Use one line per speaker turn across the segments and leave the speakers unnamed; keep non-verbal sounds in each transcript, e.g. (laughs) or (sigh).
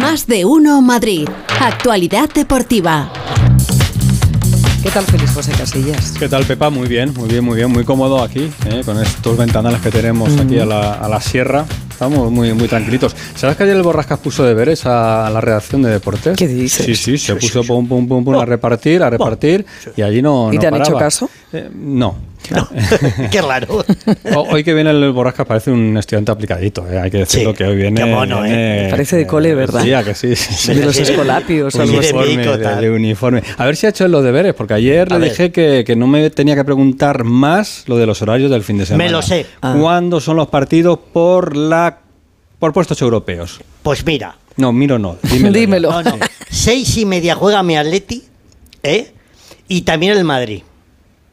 Más de uno Madrid. Actualidad deportiva.
¿Qué tal Feliz José Casillas?
¿Qué tal, Pepa? Muy bien, muy bien, muy bien. Muy cómodo aquí, ¿eh? con estos ventanales que tenemos aquí a la, a la sierra. Estamos muy, muy tranquilitos. ¿Sabes que ayer el Borrascas puso deberes a, a la redacción de deportes?
¿Qué dices?
Sí, sí, se puso pum, pum, pum, pum, a repartir, a repartir, y allí no.
Oh. ¿Y
no
te han hecho
paraba.
caso?
Eh, no.
(laughs) Qué raro.
O- hoy que viene el Borrascas parece un estudiante aplicadito, ¿eh? hay que decirlo
Sí,
que hoy viene.
qué mono, ¿eh?
viene- eh,
Parece de cole, ¿verdad?
Sí, a que sí. sí, sí.
De los escolapios,
algo así.
uniforme,
Mico,
de-
tal.
de uniforme. A ver si ha hecho los deberes, porque ayer
A
le
ver.
dije que, que no me tenía que preguntar más lo de los horarios del fin de semana.
Me lo sé.
Ah.
¿Cuándo son los partidos por la por puestos europeos?
Pues mira,
No, miro no. Dímelo.
Dímelo.
no, no. seis y media juega mi Atleti, ¿eh? Y también el Madrid,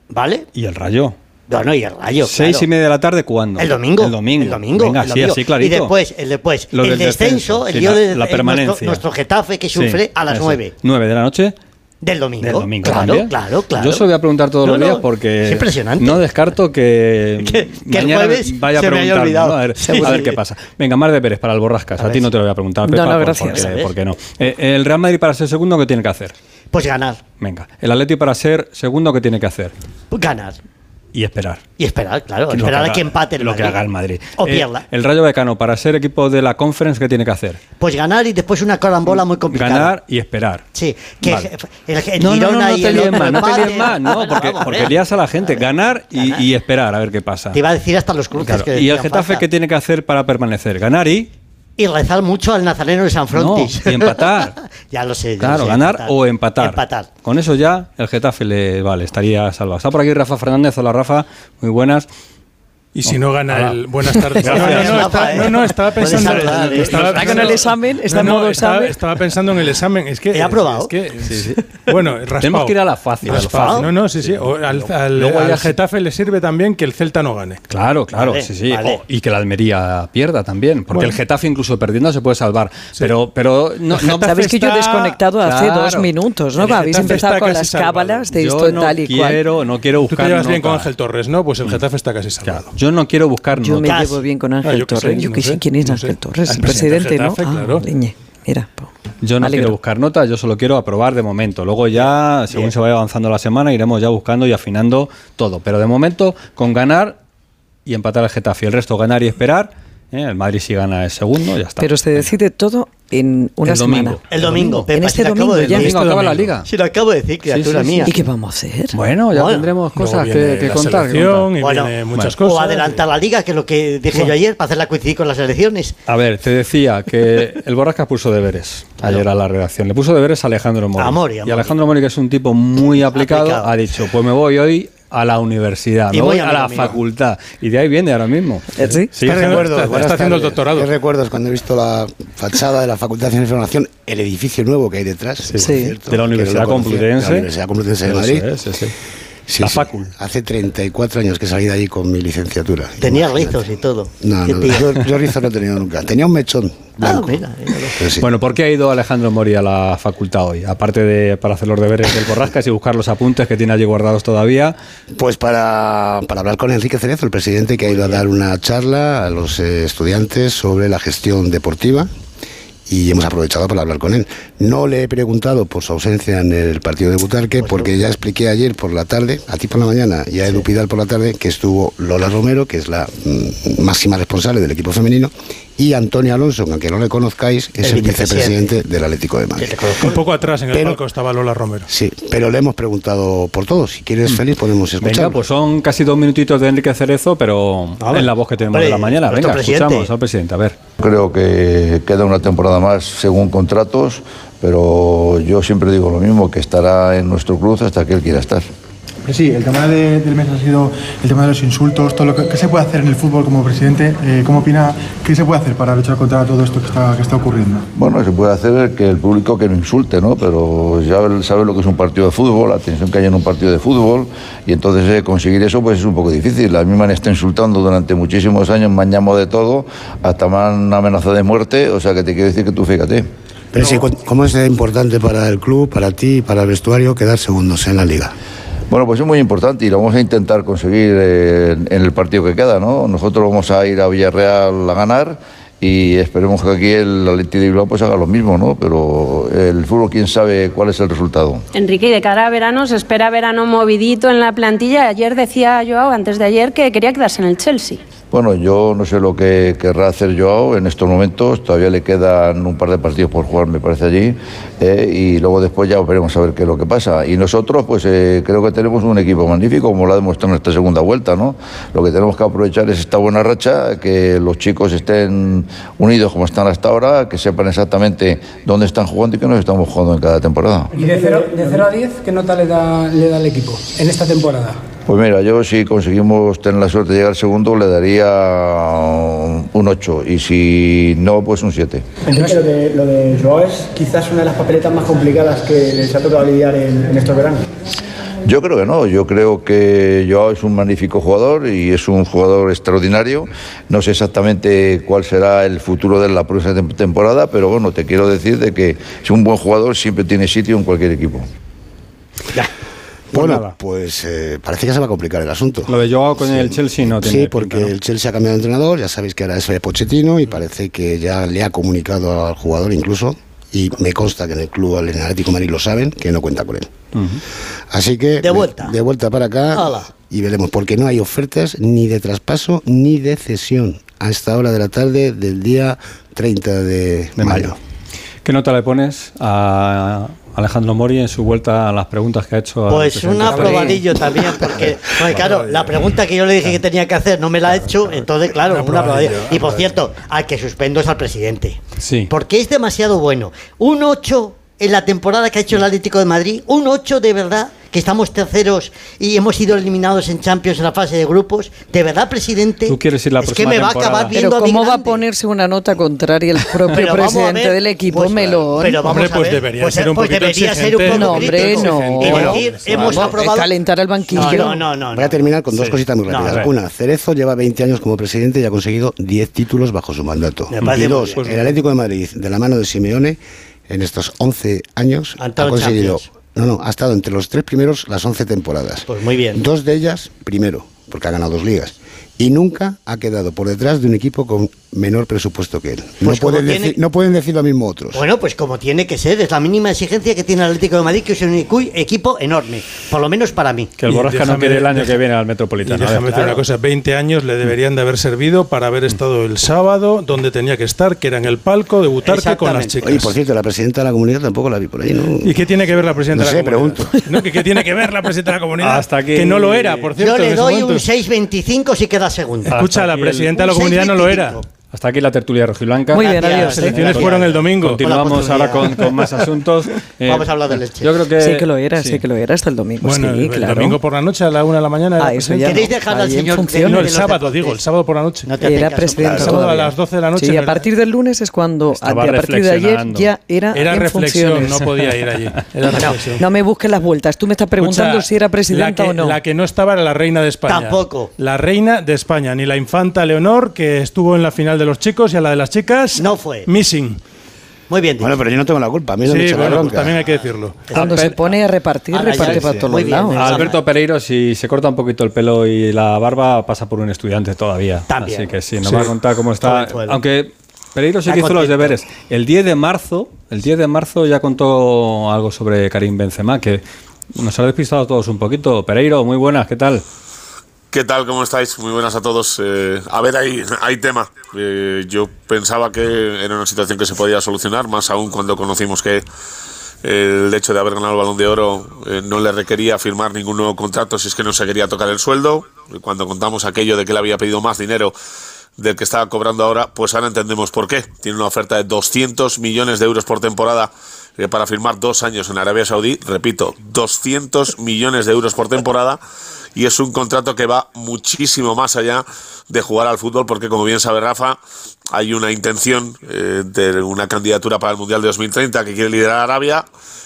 ¿vale?
¿Y el rayo?
No, no, y el Rayo,
¿Seis
claro.
y media de la tarde cuándo?
El domingo.
El domingo.
El domingo.
Venga,
el
sí,
domingo.
así clarito.
Y después, el, después,
Lo
el
del
descenso, el
sí,
día
la-
de
la
es nuestro-
permanencia.
Nuestro, Getafe que
Sí,
sufre a las
eso.
nueve
¿Nueve de la noche?
del domingo.
Del domingo
claro,
también.
claro, claro.
Yo se lo voy a preguntar todos
No,
los días
no,
porque
Es impresionante.
no descarto que,
(laughs) Que- que el
mañana
jueves
vaya a
se me haya
preguntarme,
olvidado.
¿no? A ver,
Seguro.
a ver qué pasa. Venga, más de Pérez para el Borrascas.
A
A, ti
ver.
no te lo voy a preguntar,
No,
Pepa,
no,
por-
gracias.
Porque,
¿Sabes?
porque no. Eh, el Real Madrid para ser segundo, ¿qué tiene que hacer?
Pues ganar,
Venga. El Atleti para ser segundo, ¿qué tiene que hacer?
pues ganar.
Y esperar.
Y esperar, claro,
Lo que
esperar a
haga-
que empate el
lo
Madrid.
que haga el Madrid.
O
Eh,
pierda.
el Rayo Vallecano para ser equipo de la Conference, ¿qué tiene que hacer?
Pues ganar y después una carambola muy complicada.
Ganar y esperar.
Sí, que
Vale.
el, el
No, no, no,
Girona
no
y
te
el
líes
otro
más, no te
empate.
líes más, no,
Bueno,
porque,
vamos,
porque
venga.
lías a la gente. Ganar y,
Ganar.
y esperar a ver qué pasa.
Te iba a decir hasta los cruces
Claro,
que
¿Y el
decían
Getafe
falta.
qué tiene que hacer para permanecer? Ganar y...
Y rezar mucho al nazareno de San Frontis.
No, y empatar.
(laughs) ya lo sé. ya
Claro,
lo sé,
ganar o empatar.
Empatar.
Con eso ya el Getafe le vale, estaría salvado. Está por aquí Rafa Fernández. Hola Rafa, muy buenas.
Y si no gana
Hola.
el. Buenas tardes.
Gracias.
No, no, no, estaba, no, no, estaba
Puedes
pensando.
hablar, ¿eh?
estaba
Está con
pensando-
el examen, está en modo
estaba,
examen.
estaba pensando en el examen. Es que,
¿He aprobado?
Es que, (laughs) Bueno, raspado.
Tenemos que ir a la fácil. a la
Raspado.
fácil.
No, no, sí, sí. O al al-
Luego ya
al
sí.
Getafe le sirve también que el Celta no gane.
Claro, claro,
Vale,
sí, sí.
vale.
Oh, y que la Almería pierda también, porque
Bueno.
el Getafe incluso perdiendo se puede salvar. Pero, pero no, no-
Sabéis que yo he
está-
desconectado hace
claro.
dos minutos, ¿no?
El
Habéis
Getafe
empezado
está
con
casi
las
salvado.
cábalas de
yo
esto
no
tal y cual.
quiero, no quiero
Tú
buscar.
te llevas bien
nota. Mm.
con Ángel Torres, ¿no? Pues el Getafe está casi salvado.
Claro, Yo no quiero buscar.
Yo me
nota.
llevo bien con Ángel
Ah, yo qué sé,
Torres. yo
no
que sé
sé,
quién es
no
Ángel
sé.
Torres,
Al
el
presidente
presidente,
del
¿no?
Getafe,
ah,
claro.
leñe. Mira, po.
Yo no
Alegro.
quiero buscar notas, yo solo quiero aprobar de momento. Luego ya, según se vaya avanzando la semana, iremos ya buscando y afinando todo. Pero de momento, con ganar y empatar al Getafe. El resto, ganar y esperar. ¿eh? El Madrid si gana es segundo, ya está.
Pero se decide todo en una
El
semana.
domingo.
El domingo.
En
Pepa,
este
si lo acabo
domingo
de
ya.
decir.
Domingo acaba la liga.
Si lo acabo de decir, criatura
sí, sí.
mía.
¿Y qué vamos a hacer?
Bueno, ya
Bueno,
tendremos
Luego
cosas
viene
que, que
la
contar. que
selección
contar.
y
Bueno,
viene muchas
bueno, O
cosas.
adelantar la liga, que es lo que dije yo ayer, para hacerla coincidir con las elecciones.
A ver, te decía que el Borrascas puso deberes ayer a la redacción. Le puso deberes a Alejandro Mori.
A Mori, a
Y
Mori.
Alejandro Mori, que es un tipo muy aplicado,
Aplicado.
ha dicho, pues me voy hoy a la universidad,
Y
me
voy
voy
a
a
mi
la
amigo.
facultad. Y de ahí viene ahora mismo.
¿Eh, sí?
está-
haciendo-
recuerdo,
está-
buenas
está haciendo el
tardes.
doctorado.
¿Qué recuerdos cuando he visto la fachada de la Facultad de Ciencias de la Información, el edificio nuevo que hay detrás? por
Sí.
De la
cierto, que no lo
Universidad
conocía,
Complutense.
De la Universidad Complutense de
Eso
Madrid.
es, sí, sí.
Sí,
La
sí.
Facul.
Hace 34 años que salí de allí con mi licenciatura.
Tenía
Imagínate.
rizos y todo.
No,
Qué
(laughs) no,
tío.
yo, yo rizos no he tenido nunca. Tenía un mechón
Ah,
blanco.
mira,
eh,
mira.
Pero sí.
Bueno, ¿por qué ha ido Alejandro Mori a la facultad hoy? Aparte de para hacer los deberes del Borrascas y buscar los apuntes que tiene allí guardados todavía.
Pues para, para hablar con Enrique Cerezo, el presidente, que ha ido a dar una charla a los eh, estudiantes sobre la gestión deportiva y hemos aprovechado para hablar con él. No le he preguntado por su ausencia en el partido de Butarque, porque ya expliqué ayer por la tarde, a ti por la mañana y a Edu Pidal por la tarde, que estuvo Lola Romero, que es la mm, máxima responsable del equipo femenino, y Antonio Alonso, que aunque no le conozcáis, es
El
el,
vicepresidente.
vicepresidente del Atlético de Madrid.
Un poco atrás en el
Pero-
palco estaba Lola Romero.
Sí, pero le hemos preguntado por todo. Si quieres, feliz, podemos escuchar.
Venga, pues son casi dos minutitos de Enrique Cerezo, pero
A ver.
en la voz que tenemos
Hombre,
de la mañana.
nuestro
Venga,
presidente.
escuchamos al presidente, a ver.
Creo que queda una temporada más según contratos, pero yo siempre digo lo mismo, que estará en nuestro club hasta que él quiera estar.
Pues sí, el tema de- del mes ha sido el tema de los insultos, todo lo que, ¿qué se puede hacer en el fútbol como presidente. Eh, ¿Cómo opina qué se puede hacer para luchar contra todo esto que está, que está ocurriendo?
Bueno, se puede hacer que el público que no insulte, ¿no? Pero ya él sabe lo que es un partido de fútbol, la tensión que hay en un partido de fútbol, y entonces eh, conseguir eso pues es un poco difícil. A mí me han estado insultando durante muchísimos años, me han llamado de todo, hasta me han amenazado de muerte, o sea que te quiero decir que tú fíjate.
Pero sí, cu- ¿cómo es importante para el club, para ti y para el vestuario quedar segundos en la liga?
Bueno, pues es muy importante y lo vamos a intentar conseguir eh, en, en el partido que queda, ¿no? Nosotros vamos a ir a Villarreal a ganar y esperemos que aquí el Atleti de Bilbao pues haga lo mismo, ¿no? Pero el fútbol quién sabe cuál es el resultado.
Enrique, y de cara a verano, se espera verano movidito en la plantilla. Ayer decía Joao, antes de ayer, que quería quedarse en el Chelsea.
Bueno, yo no sé lo que querrá hacer Joao en estos momentos. Todavía le quedan un par de partidos por jugar, me parece allí. eh, y luego después ya veremos a ver qué es lo que pasa. Y nosotros, pues eh, creo que tenemos un equipo magnífico, como lo ha demostrado en esta segunda vuelta, ¿no? Lo que tenemos que aprovechar es esta buena racha, que los chicos estén unidos como están hasta ahora, que sepan exactamente dónde están jugando y qué nos estamos jugando en cada temporada.
Y de 0 de cero a 10, ¿qué nota le da, le da al equipo en esta temporada?
Pues mira, yo si conseguimos tener la suerte de llegar al segundo, le daría un 8 y si no, pues un 7.
Enrique,
lo de, lo de Joao es quizás una de las papeletas más complicadas que les ha tocado lidiar en, en estos veranos.
Yo creo que no, yo creo que Joao es un magnífico jugador y es un jugador extraordinario. No sé exactamente cuál será el futuro de la próxima tem- temporada, pero bueno, te quiero decir de que es un buen jugador, siempre tiene sitio en cualquier equipo.
Bueno, pues eh, parece que se va a complicar el asunto.
Lo de Joao con el Chelsea no tiene
Sí, porque el Chelsea ha cambiado de entrenador, ya sabéis que ahora es eh, Pochettino y parece que ya le ha comunicado al jugador incluso, y me consta que en el club, en el Atlético de Madrid lo saben, que no cuenta con él. Así que...
De vuelta.
De vuelta para acá
Hala.
y veremos, porque no hay ofertas ni de traspaso ni de cesión a esta hora de la tarde del día 30 de,
De mayo.
mayo.
¿Qué nota le pones a Alejandro Mori en su vuelta a las preguntas que ha hecho? al
Pues un
presidente?
aprobadillo también, (laughs) porque, porque, claro, la pregunta que yo le dije que tenía que hacer no me la ha hecho, entonces, claro, un aprobadillo. Y por cierto, al que suspendo es al presidente.
Sí.
Porque es demasiado bueno. Un 8 en la temporada que ha hecho el Atlético de Madrid, un 8 de verdad, que estamos terceros y hemos sido eliminados en Champions en la fase de grupos. De verdad, presidente.
Tú quieres ir la
es que
próxima
me va a
temporada.
acabar
Pero
viendo
¿cómo
a Big
va a
Andy.
ponerse una nota contraria el propio
Pero vamos a
presidente
ver,
del equipo
pues,
Melón?
Pero vamos
Hombre, pues
a ver,
debería ser un poquito
debería ser un
exigente.
poco
no, hombre,
crítico.
no.
Y
Bueno,
decir, hemos
Vamos,
aprobado.
Calentar al banquillo.
No, no, no, Ah, no,
Voy a
no.
terminar con dos
Sí.
cositas muy
No, a
rápidas.
ver.
Una, Cerezo lleva 20 años como presidente y ha conseguido 10 títulos bajo su mandato.
Me parece
Y
muy
dos,
bien.
el Atlético de Madrid, de la mano de Simeone, en estos 11 años
Ha
ha
estado en
conseguido...
Champions.
No, no, ha estado entre los tres primeros las 11 temporadas.
Pues muy bien.
Dos de ellas, primero, porque ha ganado dos ligas. Y nunca ha quedado por detrás de un equipo con menor presupuesto que él.
Pues
no,
como
pueden
tiene-
decir, no pueden decir lo mismo otros.
Bueno, pues como tiene que ser, es la mínima exigencia que tiene el Atlético de Madrid, que es un ecu- equipo enorme, por lo menos para mí.
Que el
Y
Borrasca no
déjame-
quede el año
deja-
que viene al
Y
Metropolitano.
déjame
A ver.
decir una cosa, 20 años le deberían de haber servido para
Mm.
haber estado el sábado donde tenía que estar, que era en el palco, debutarse con las
Exactamente.
chicas.
Oye, por cierto, la presidenta de la comunidad tampoco la vi por ahí, ¿no?
¿Y qué tiene que ver la presidenta
No
de la
sé,
comunidad?
pregunto.
(laughs) No, que qué tiene que ver la presidenta de la comunidad.
Hasta aquí-
Que no lo era, por
Yo
cierto. en
le
ese
doy un
momento.
6.25 si queda segundo.
Escucha,
Hasta
la
aquí el-
presidenta de la
Un
comunidad no lo
6.25.
era.
Hasta aquí la tertulia rojiblanca. Ah,
Muy bien,
Gracias. eh.
adiós. eh.
Las elecciones
Hola,
fueron el domingo.
Continuamos
Hola,
ahora con,
oportunidad.
con más asuntos. Eh,
(laughs) Vamos a hablar de leche.
Yo creo que.
Sí que lo era, sí.
Eh, sí.
que lo era hasta el domingo.
Bueno,
Pues sí,
el,
claro.
domingo por la noche a la una de la mañana. era
Ah, eso
presidenta.
ya
¿Queréis
no.
dejar al
Ahí en
señor
funciones.
de-
No,
de
el
los
sábado,
deportes?
digo, el sábado por la noche.
No te hacen
Era
caso,
presidente
claro.
todavía.
Sábado a las 12 de la noche
Sí,
me
a partir del lunes es cuando, a, a
Estaba
partir de ayer,
reflexionando.
ya era,
Era
en
reflexión,
funciones.
no podía ir allí. Era reflexión.
No me busques las vueltas. Tú me estás preguntando
Escucha,
si era presidenta
la que-
o no.
La que no estaba era la reina de España.
Tampoco.
La reina de España, ni la infanta Leonor, que estuvo en la final de los chicos y a la de las chicas.
No fue.
Missing.
Muy bien, dicho.
Bueno, pero yo no tengo la culpa, a mí no me
Sí,
echa la
bueno, pues
bronca.
también hay que decirlo.
Cuando se pone a repartir,
Ah,
Ahora ya
reparte
dice.
para todos
Muy
los
bien.
lados.
A Alberto Pereiro, si se corta un poquito el pelo y la barba, pasa por un estudiante todavía.
También.
Así que sí, nos
Sí.
va a contar cómo está.
Jovenzuelo.
Aunque Pereiro sí
Está
que hizo los
contento.
deberes. El 10 de marzo, el 10 de marzo ya contó algo sobre Karim Benzema, que nos ha despistado a todos un poquito. Pereiro, muy buenas, ¿qué tal?
¿Qué tal? ¿Cómo estáis? Muy buenas a todos. Eh, a ver, hay, hay tema. Eh, yo pensaba que era una situación que se podía solucionar, más aún cuando conocimos que el hecho de haber ganado el balón de oro eh, no le requería firmar ningún nuevo contrato si es que no se quería tocar el sueldo. Cuando contamos aquello de que él había pedido más dinero del que estaba cobrando ahora, pues ahora entendemos por qué. Tiene una oferta de 200 millones de euros por temporada eh, para firmar dos años en Arabia Saudí. Repito, 200 millones de euros por temporada. Y es un contrato que va muchísimo más allá de jugar al fútbol, porque como bien sabe Rafa, hay una intención eh, de una candidatura para el Mundial de 2030 que quiere liderar Arabia.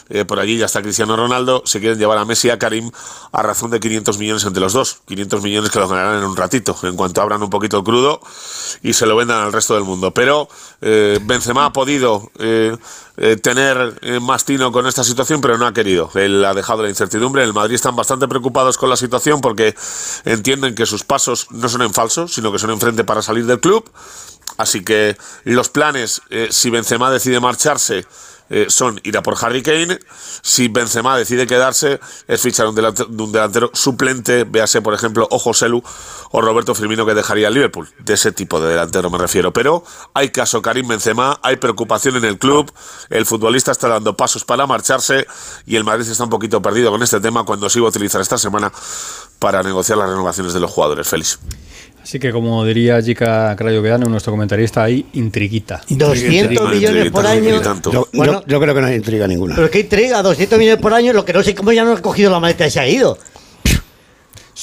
Eh, por allí ya está Cristiano Ronaldo. Se quieren llevar a Messi y a Karim a razón de 500 millones entre los dos. 500 millones que los ganarán en un ratito, en cuanto abran un poquito el crudo y se lo vendan al resto del mundo. Pero eh, Benzema ha podido eh, eh, tener eh, más tino con esta situación, pero no ha querido. Él ha dejado la incertidumbre. En el Madrid están bastante preocupados con la situación porque entienden que sus pasos no son en falso, sino que son en frente para salir del club Así que los planes, eh, si Benzema decide marcharse, eh, son ir a por Harry Kane. Si Benzema decide quedarse, es fichar un delantero, un delantero suplente, véase por ejemplo o Joselu o Roberto Firmino que dejaría el Liverpool. De ese tipo de delantero me refiero. Pero hay caso Karim Benzema, hay preocupación en el club, el futbolista está dando pasos para marcharse y el Madrid está un poquito perdido con este tema cuando se iba a utilizar esta semana para negociar las renovaciones de los jugadores. Félix.
Así que, como diría Jica Crayoveano, nuestro comentarista, ahí intriguita.
200 millones por año. Yo- Bueno,
yo creo que no hay intriga ninguna.
Pero qué intriga, 200 millones por año, lo que no sé cómo ya no ha cogido la maleta y se ha ido.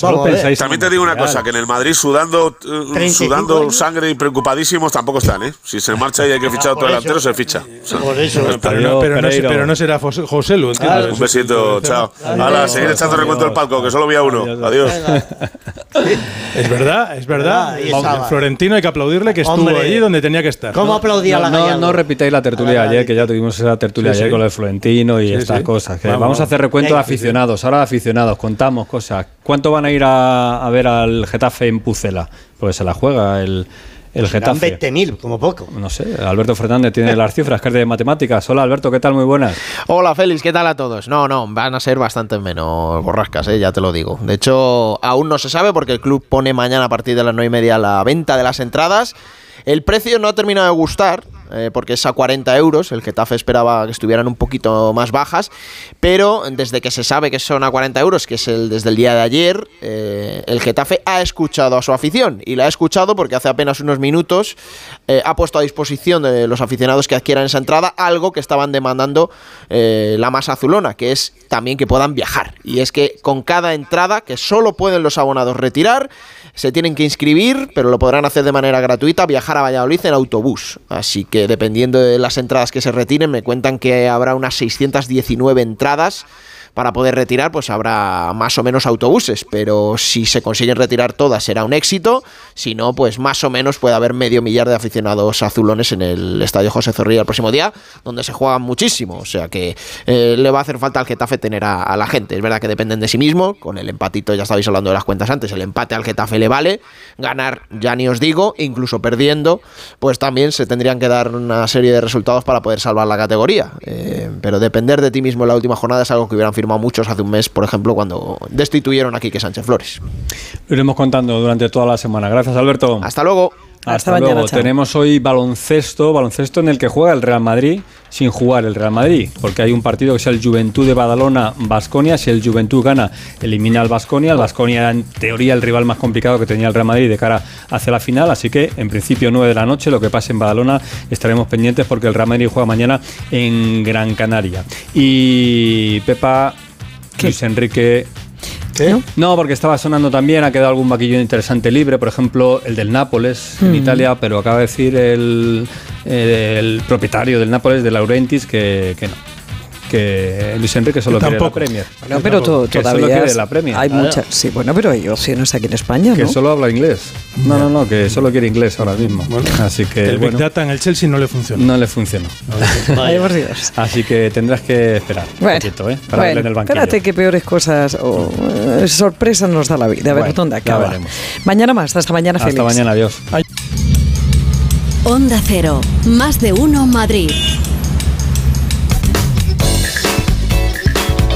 Vamos a ver.
También te digo una cosa, que en el Madrid sudando, eh,
35
sudando sangre y preocupadísimos tampoco están, ¿eh? Si se marcha y hay que
Ah,
fichar a otro delantero, se ficha.
Por
eso. Pero no, pero no se- pero no será José, Joselu, ¿entiendes?
un besito, chao. Ahora, seguir echando recuento del palco, que solo había uno. Adiós.
Es verdad, es
Ah,
verdad.
Ahí
Vamos,
estaba.
Florentino hay que aplaudirle que estuvo
Hombre.
allí donde tenía que estar.
¿Cómo aplaudía
no, no, no repitáis la tertulia de ayer, que ya tuvimos esa tertulia
Sí,
ayer
sí.
con el Florentino y
Sí,
estas
sí.
cosas. que
Vamos,
vamos, a hacer
vamos.
recuento de
Venga, sí, sí.
aficionados. Ahora aficionados, contamos cosas. ¿Cuánto van a ir a, a ver al Getafe en Pucela? Porque se la juega el, el
Serán
Getafe.
20.000, como poco.
No sé, Alberto Fernández tiene las cifras, que es de matemáticas. Hola Alberto, ¿qué tal? Muy buenas.
Hola Félix, ¿qué tal a todos? No, no, van a ser bastante menos borrascas, eh, ya te lo digo. De hecho, aún no se sabe porque el club pone mañana a partir de las 9 y media la venta de las entradas. El precio no ha terminado de gustar, eh, porque es a 40 euros, el Getafe esperaba que estuvieran un poquito más bajas, pero desde que se sabe que son a 40 euros, que es el desde el día de ayer, eh, el Getafe ha escuchado a su afición, y la ha escuchado porque hace apenas unos minutos eh, ha puesto a disposición de los aficionados que adquieran esa entrada algo que estaban demandando eh, la masa azulona, que es también que puedan viajar. Y es que con cada entrada, que solo pueden los abonados retirar, se tienen que inscribir, pero lo podrán hacer de manera gratuita, viajar a Valladolid en autobús. Así que dependiendo de las entradas que se retiren, me cuentan que habrá unas 619 entradas para poder retirar, pues habrá más o menos autobuses, pero si se consiguen retirar todas será un éxito, si no, pues más o menos puede haber medio millar de aficionados azulones en el Estadio José Zorrilla el próximo día, donde se juegan muchísimo, o sea que eh, le va a hacer falta al Getafe tener a, a la gente, es verdad que dependen de sí mismo, con el empatito ya estabais hablando de las cuentas antes, el empate al Getafe le vale, ganar ya ni os digo, incluso perdiendo, pues también se tendrían que dar una serie de resultados para poder salvar la categoría. Eh, pero depender de ti mismo en la última jornada es algo que hubieran firmado muchos hace un mes, por ejemplo, cuando destituyeron a Quique Sánchez Flores.
Lo iremos contando durante toda la semana. Gracias, Alberto.
Hasta luego.
Hasta,
Hasta mañana,
luego.
chao.
Tenemos hoy baloncesto, baloncesto en el que juega el Real Madrid sin jugar el Real Madrid, porque hay un partido que es el Juventud de Badalona Basconia. Si el Juventud gana, elimina al Basconia. El Basconia era en teoría el rival más complicado que tenía el Real Madrid de cara hacia la final, así que en principio 9 de la noche, lo que pase en Badalona estaremos pendientes porque el Real Madrid juega mañana en Gran Canaria. Y Pepa Luis Enrique no, porque estaba sonando también, ha quedado algún vaquillo interesante libre, por ejemplo, el del Nápoles en
Mm.
Italia, pero acaba de decir el, eh, el propietario del Nápoles, de Laurentiis, que, que no. Que Luis Enrique solo
Que
quiere la
tampoco.
Premier.
Bueno, pero to-
Que
todavía
solo quiere
es-
la Premier.
hay muchas- sí, bueno, pero hay opciones aquí en España,
Que
¿no?
solo habla inglés. No, no, no, que solo quiere inglés ahora mismo. Así que
el
bueno,
Big Data en el Chelsea no le funciona.
no le funcionó.
Ay, por Dios.
Así que tendrás que esperar
Bueno,
un poquito, ¿eh? Para
bueno,
verle en el banquillo.
espérate que peores cosas o eh, sorpresas nos da la vida. A ver
Bueno,
dónde
ya
acaba.
veremos.
Mañana más. Hasta mañana,
Hasta
Félix.
mañana, adiós.
Onda Cero, más de uno Madrid.